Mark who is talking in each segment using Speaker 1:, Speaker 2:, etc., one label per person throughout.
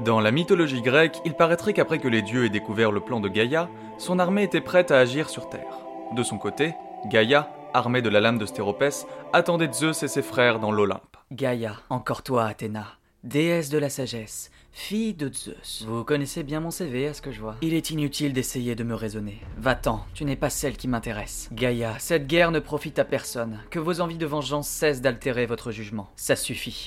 Speaker 1: Dans la mythologie grecque, il paraîtrait qu'après que les dieux aient découvert le plan de Gaïa, son armée était prête à agir sur Terre. De son côté, Gaïa, armée de la lame de Stéropès, attendait Zeus et ses frères dans l'Olympe.
Speaker 2: Gaïa, encore toi, Athéna, déesse de la sagesse, fille de Zeus. Vous connaissez bien mon CV à ce que je vois. Il est inutile d'essayer de me raisonner. Va-t'en, tu n'es pas celle qui m'intéresse. Gaïa, cette guerre ne profite à personne. Que vos envies de vengeance cessent d'altérer votre jugement. Ça suffit.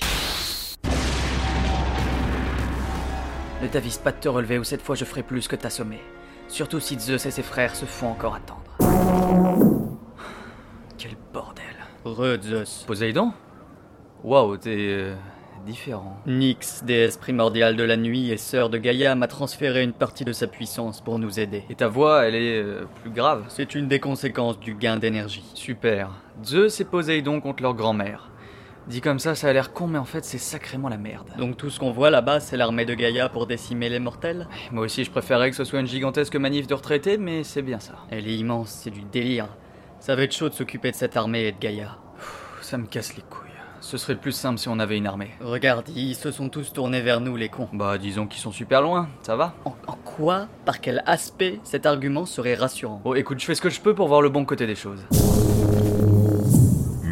Speaker 2: Ne t'avise pas de te relever ou cette fois je ferai plus que t'assommer. Surtout si Zeus et ses frères se font encore attendre. Quel bordel.
Speaker 3: Re Zeus.
Speaker 1: Poséidon Waouh, t'es. euh, différent.
Speaker 3: Nyx, déesse primordiale de la nuit et sœur de Gaïa, m'a transféré une partie de sa puissance pour nous aider.
Speaker 1: Et ta voix, elle est. euh, plus grave
Speaker 3: C'est une des conséquences du gain d'énergie.
Speaker 1: Super. Zeus et Poséidon contre leur grand-mère. Dit comme ça, ça a l'air con, mais en fait, c'est sacrément la merde.
Speaker 3: Donc tout ce qu'on voit là-bas, c'est l'armée de Gaïa pour décimer les mortels
Speaker 1: Moi aussi, je préférais que ce soit une gigantesque manif de retraités, mais c'est bien ça.
Speaker 3: Elle est immense, c'est du délire. Ça va être chaud de s'occuper de cette armée et de Gaïa.
Speaker 1: Pff, Ça me casse les couilles. Ce serait plus simple si on avait une armée.
Speaker 3: Regarde, ils se sont tous tournés vers nous, les cons.
Speaker 1: Bah, disons qu'ils sont super loin, ça va
Speaker 3: En, en quoi, par quel aspect, cet argument serait rassurant
Speaker 1: Bon, Oh, écoute, je fais ce que je peux pour voir le bon côté des choses.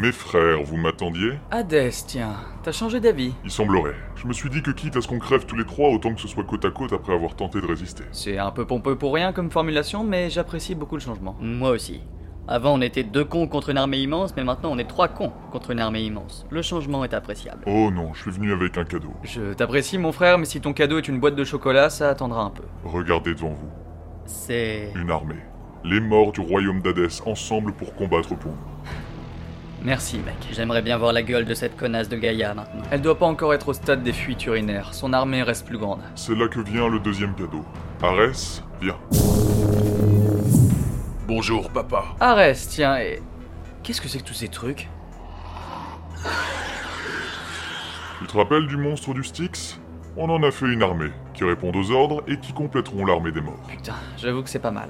Speaker 4: Mes frères, vous m'attendiez
Speaker 1: Hades, tiens, t'as changé d'avis.
Speaker 4: Il semblerait. Je me suis dit que quitte à ce qu'on crève tous les trois, autant que ce soit côte à côte après avoir tenté de résister.
Speaker 1: C'est un peu pompeux pour rien comme formulation, mais j'apprécie beaucoup le changement.
Speaker 3: Moi aussi. Avant, on était deux cons contre une armée immense, mais maintenant, on est trois cons contre une armée immense. Le changement est appréciable.
Speaker 4: Oh non, je suis venu avec un cadeau.
Speaker 1: Je t'apprécie, mon frère, mais si ton cadeau est une boîte de chocolat, ça attendra un peu.
Speaker 4: Regardez devant vous,
Speaker 3: C'est...
Speaker 4: une armée. Les morts du royaume d'Hadès ensemble pour combattre pour nous.
Speaker 1: Merci, mec.
Speaker 3: J'aimerais bien voir la gueule de cette connasse de Gaïa maintenant.
Speaker 1: Elle doit pas encore être au stade des fuites urinaires. Son armée reste plus grande.
Speaker 4: C'est là que vient le deuxième cadeau. Arès, viens.
Speaker 5: Bonjour, papa.
Speaker 1: Arès, tiens, et. Qu'est-ce que c'est que tous ces trucs
Speaker 4: Tu te rappelles du monstre du Styx On en a fait une armée, qui répondent aux ordres et qui compléteront l'armée des morts.
Speaker 1: Putain, j'avoue que c'est pas mal.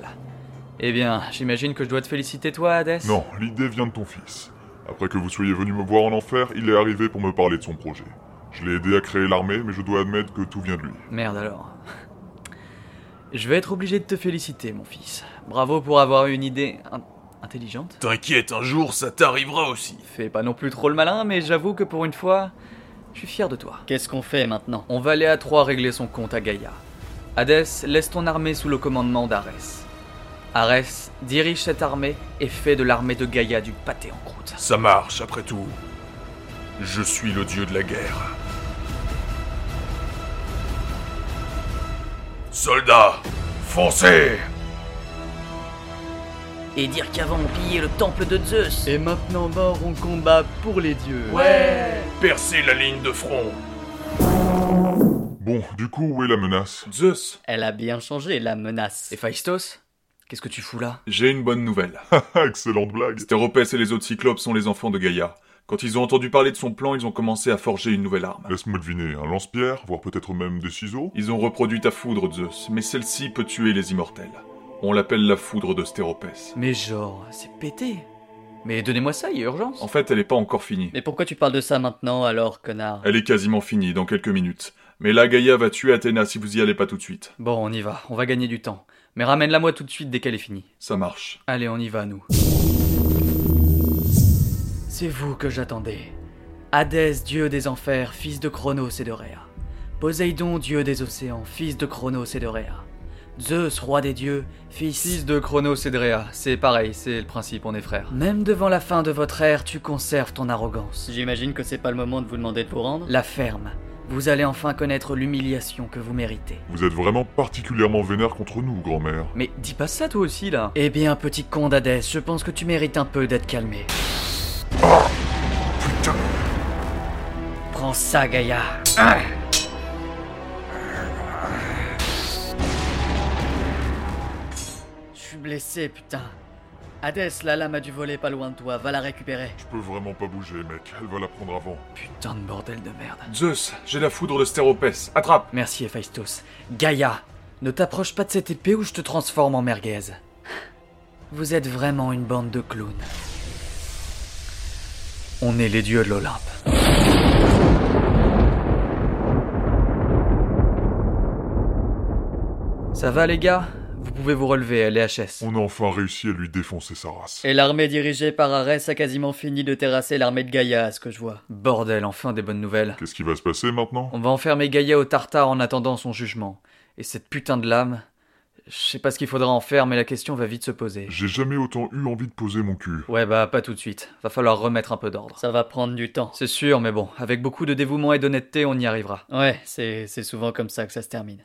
Speaker 1: Eh bien, j'imagine que je dois te féliciter, toi, Hadès
Speaker 4: Non, l'idée vient de ton fils. Après que vous soyez venu me voir en enfer, il est arrivé pour me parler de son projet. Je l'ai aidé à créer l'armée, mais je dois admettre que tout vient de lui.
Speaker 1: Merde alors. Je vais être obligé de te féliciter, mon fils. Bravo pour avoir eu une idée in- intelligente.
Speaker 5: T'inquiète, un jour ça t'arrivera aussi.
Speaker 1: Fais pas non plus trop le malin, mais j'avoue que pour une fois, je suis fier de toi.
Speaker 3: Qu'est-ce qu'on fait maintenant
Speaker 1: On va aller à Troie régler son compte à Gaïa. Hadès, laisse ton armée sous le commandement d'Arès. Arès, dirige cette armée et fais de l'armée de Gaïa du pâté en croûte.
Speaker 5: Ça marche, après tout. Je suis le dieu de la guerre. Soldats, foncez
Speaker 2: Et dire qu'avant on pillait le temple de Zeus.
Speaker 3: Et maintenant, mort, on combat pour les dieux.
Speaker 5: Percez la ligne de front.
Speaker 4: Bon, du coup, où est la menace
Speaker 5: Zeus,
Speaker 3: Elle a bien changé, la menace.
Speaker 1: Et Phaistos Qu'est-ce que tu fous là
Speaker 5: j'ai une bonne nouvelle.
Speaker 4: Ah, Excellente blague.
Speaker 5: Stéropès et les autres cyclopes sont les enfants de Gaïa. Quand ils ont entendu parler de son plan, ils ont commencé à forger une nouvelle arme.
Speaker 4: Laisse-moi deviner, un lance-pierre, voire peut-être même des ciseaux
Speaker 5: Ils ont reproduit ta foudre, Zeus, mais celle-ci peut tuer les immortels. On l'appelle la foudre de Stéropès.
Speaker 1: Mais genre, c'est pété. Mais donnez-moi ça, il y a urgence.
Speaker 5: En fait, elle n'est pas encore finie.
Speaker 3: Mais pourquoi tu parles de ça maintenant alors, connard
Speaker 5: Elle est quasiment finie dans quelques minutes. Mais là, Gaïa va tuer Athéna si vous y allez pas tout de suite.
Speaker 1: Bon, on y va, on va gagner du temps. Mais ramène-la moi tout de suite dès qu'elle est finie.
Speaker 5: Ça marche.
Speaker 1: Allez, on y va, nous.
Speaker 2: C'est vous que j'attendais. Hadès, dieu des enfers, fils de Cronos et de Rhea. Poséidon, dieu des océans, fils de Cronos et de Rhea. Zeus, roi des dieux, fils...
Speaker 1: Fils de Chronos et de Rhea, c'est pareil, c'est le principe, on est frères.
Speaker 2: Même devant la fin de votre ère, tu conserves ton arrogance.
Speaker 3: J'imagine que c'est pas le moment de vous demander de vous rendre.
Speaker 2: La ferme. Vous allez enfin connaître l'humiliation que vous méritez.
Speaker 4: Vous êtes vraiment particulièrement vénère contre nous, grand-mère.
Speaker 1: Mais dis pas ça toi aussi, là.
Speaker 2: Eh bien, petit con d'Hadès, je pense que tu mérites un peu d'être calmé.
Speaker 4: Putain
Speaker 2: Prends ça, Gaïa.
Speaker 3: Je suis blessé, putain. Hadès, la lame a dû voler pas loin de toi, va la récupérer.
Speaker 4: Je peux vraiment pas bouger, mec. Elle va la prendre avant.
Speaker 2: Putain de bordel de merde.
Speaker 5: Zeus, j'ai la foudre de Stéropès. Attrape
Speaker 2: Merci, Héphaïstos. Gaïa, ne t'approche pas de cette épée ou je te transforme en merguez. Vous êtes vraiment une bande de clowns. On est les dieux de l'Olympe. Ça va les gars Vous pouvez vous relever, LHS.
Speaker 4: On a enfin réussi à lui défoncer sa race.
Speaker 3: Et l'armée dirigée par Arès a quasiment fini de terrasser l'armée de Gaïa, à ce que je vois.
Speaker 2: Bordel, enfin des bonnes nouvelles.
Speaker 4: Qu'est-ce qui va se passer maintenant
Speaker 2: On va enfermer Gaïa au tartare en attendant son jugement. Et cette putain de lame. Je sais pas ce qu'il faudra en faire, mais la question va vite se poser.
Speaker 4: J'ai jamais autant eu envie de poser mon cul.
Speaker 2: Ouais, bah, pas tout de suite. Va falloir remettre un peu d'ordre.
Speaker 3: Ça va prendre du temps.
Speaker 2: C'est sûr, mais bon, avec beaucoup de dévouement et d'honnêteté, on y arrivera.
Speaker 3: Ouais, c'est c'est souvent comme ça que ça se termine.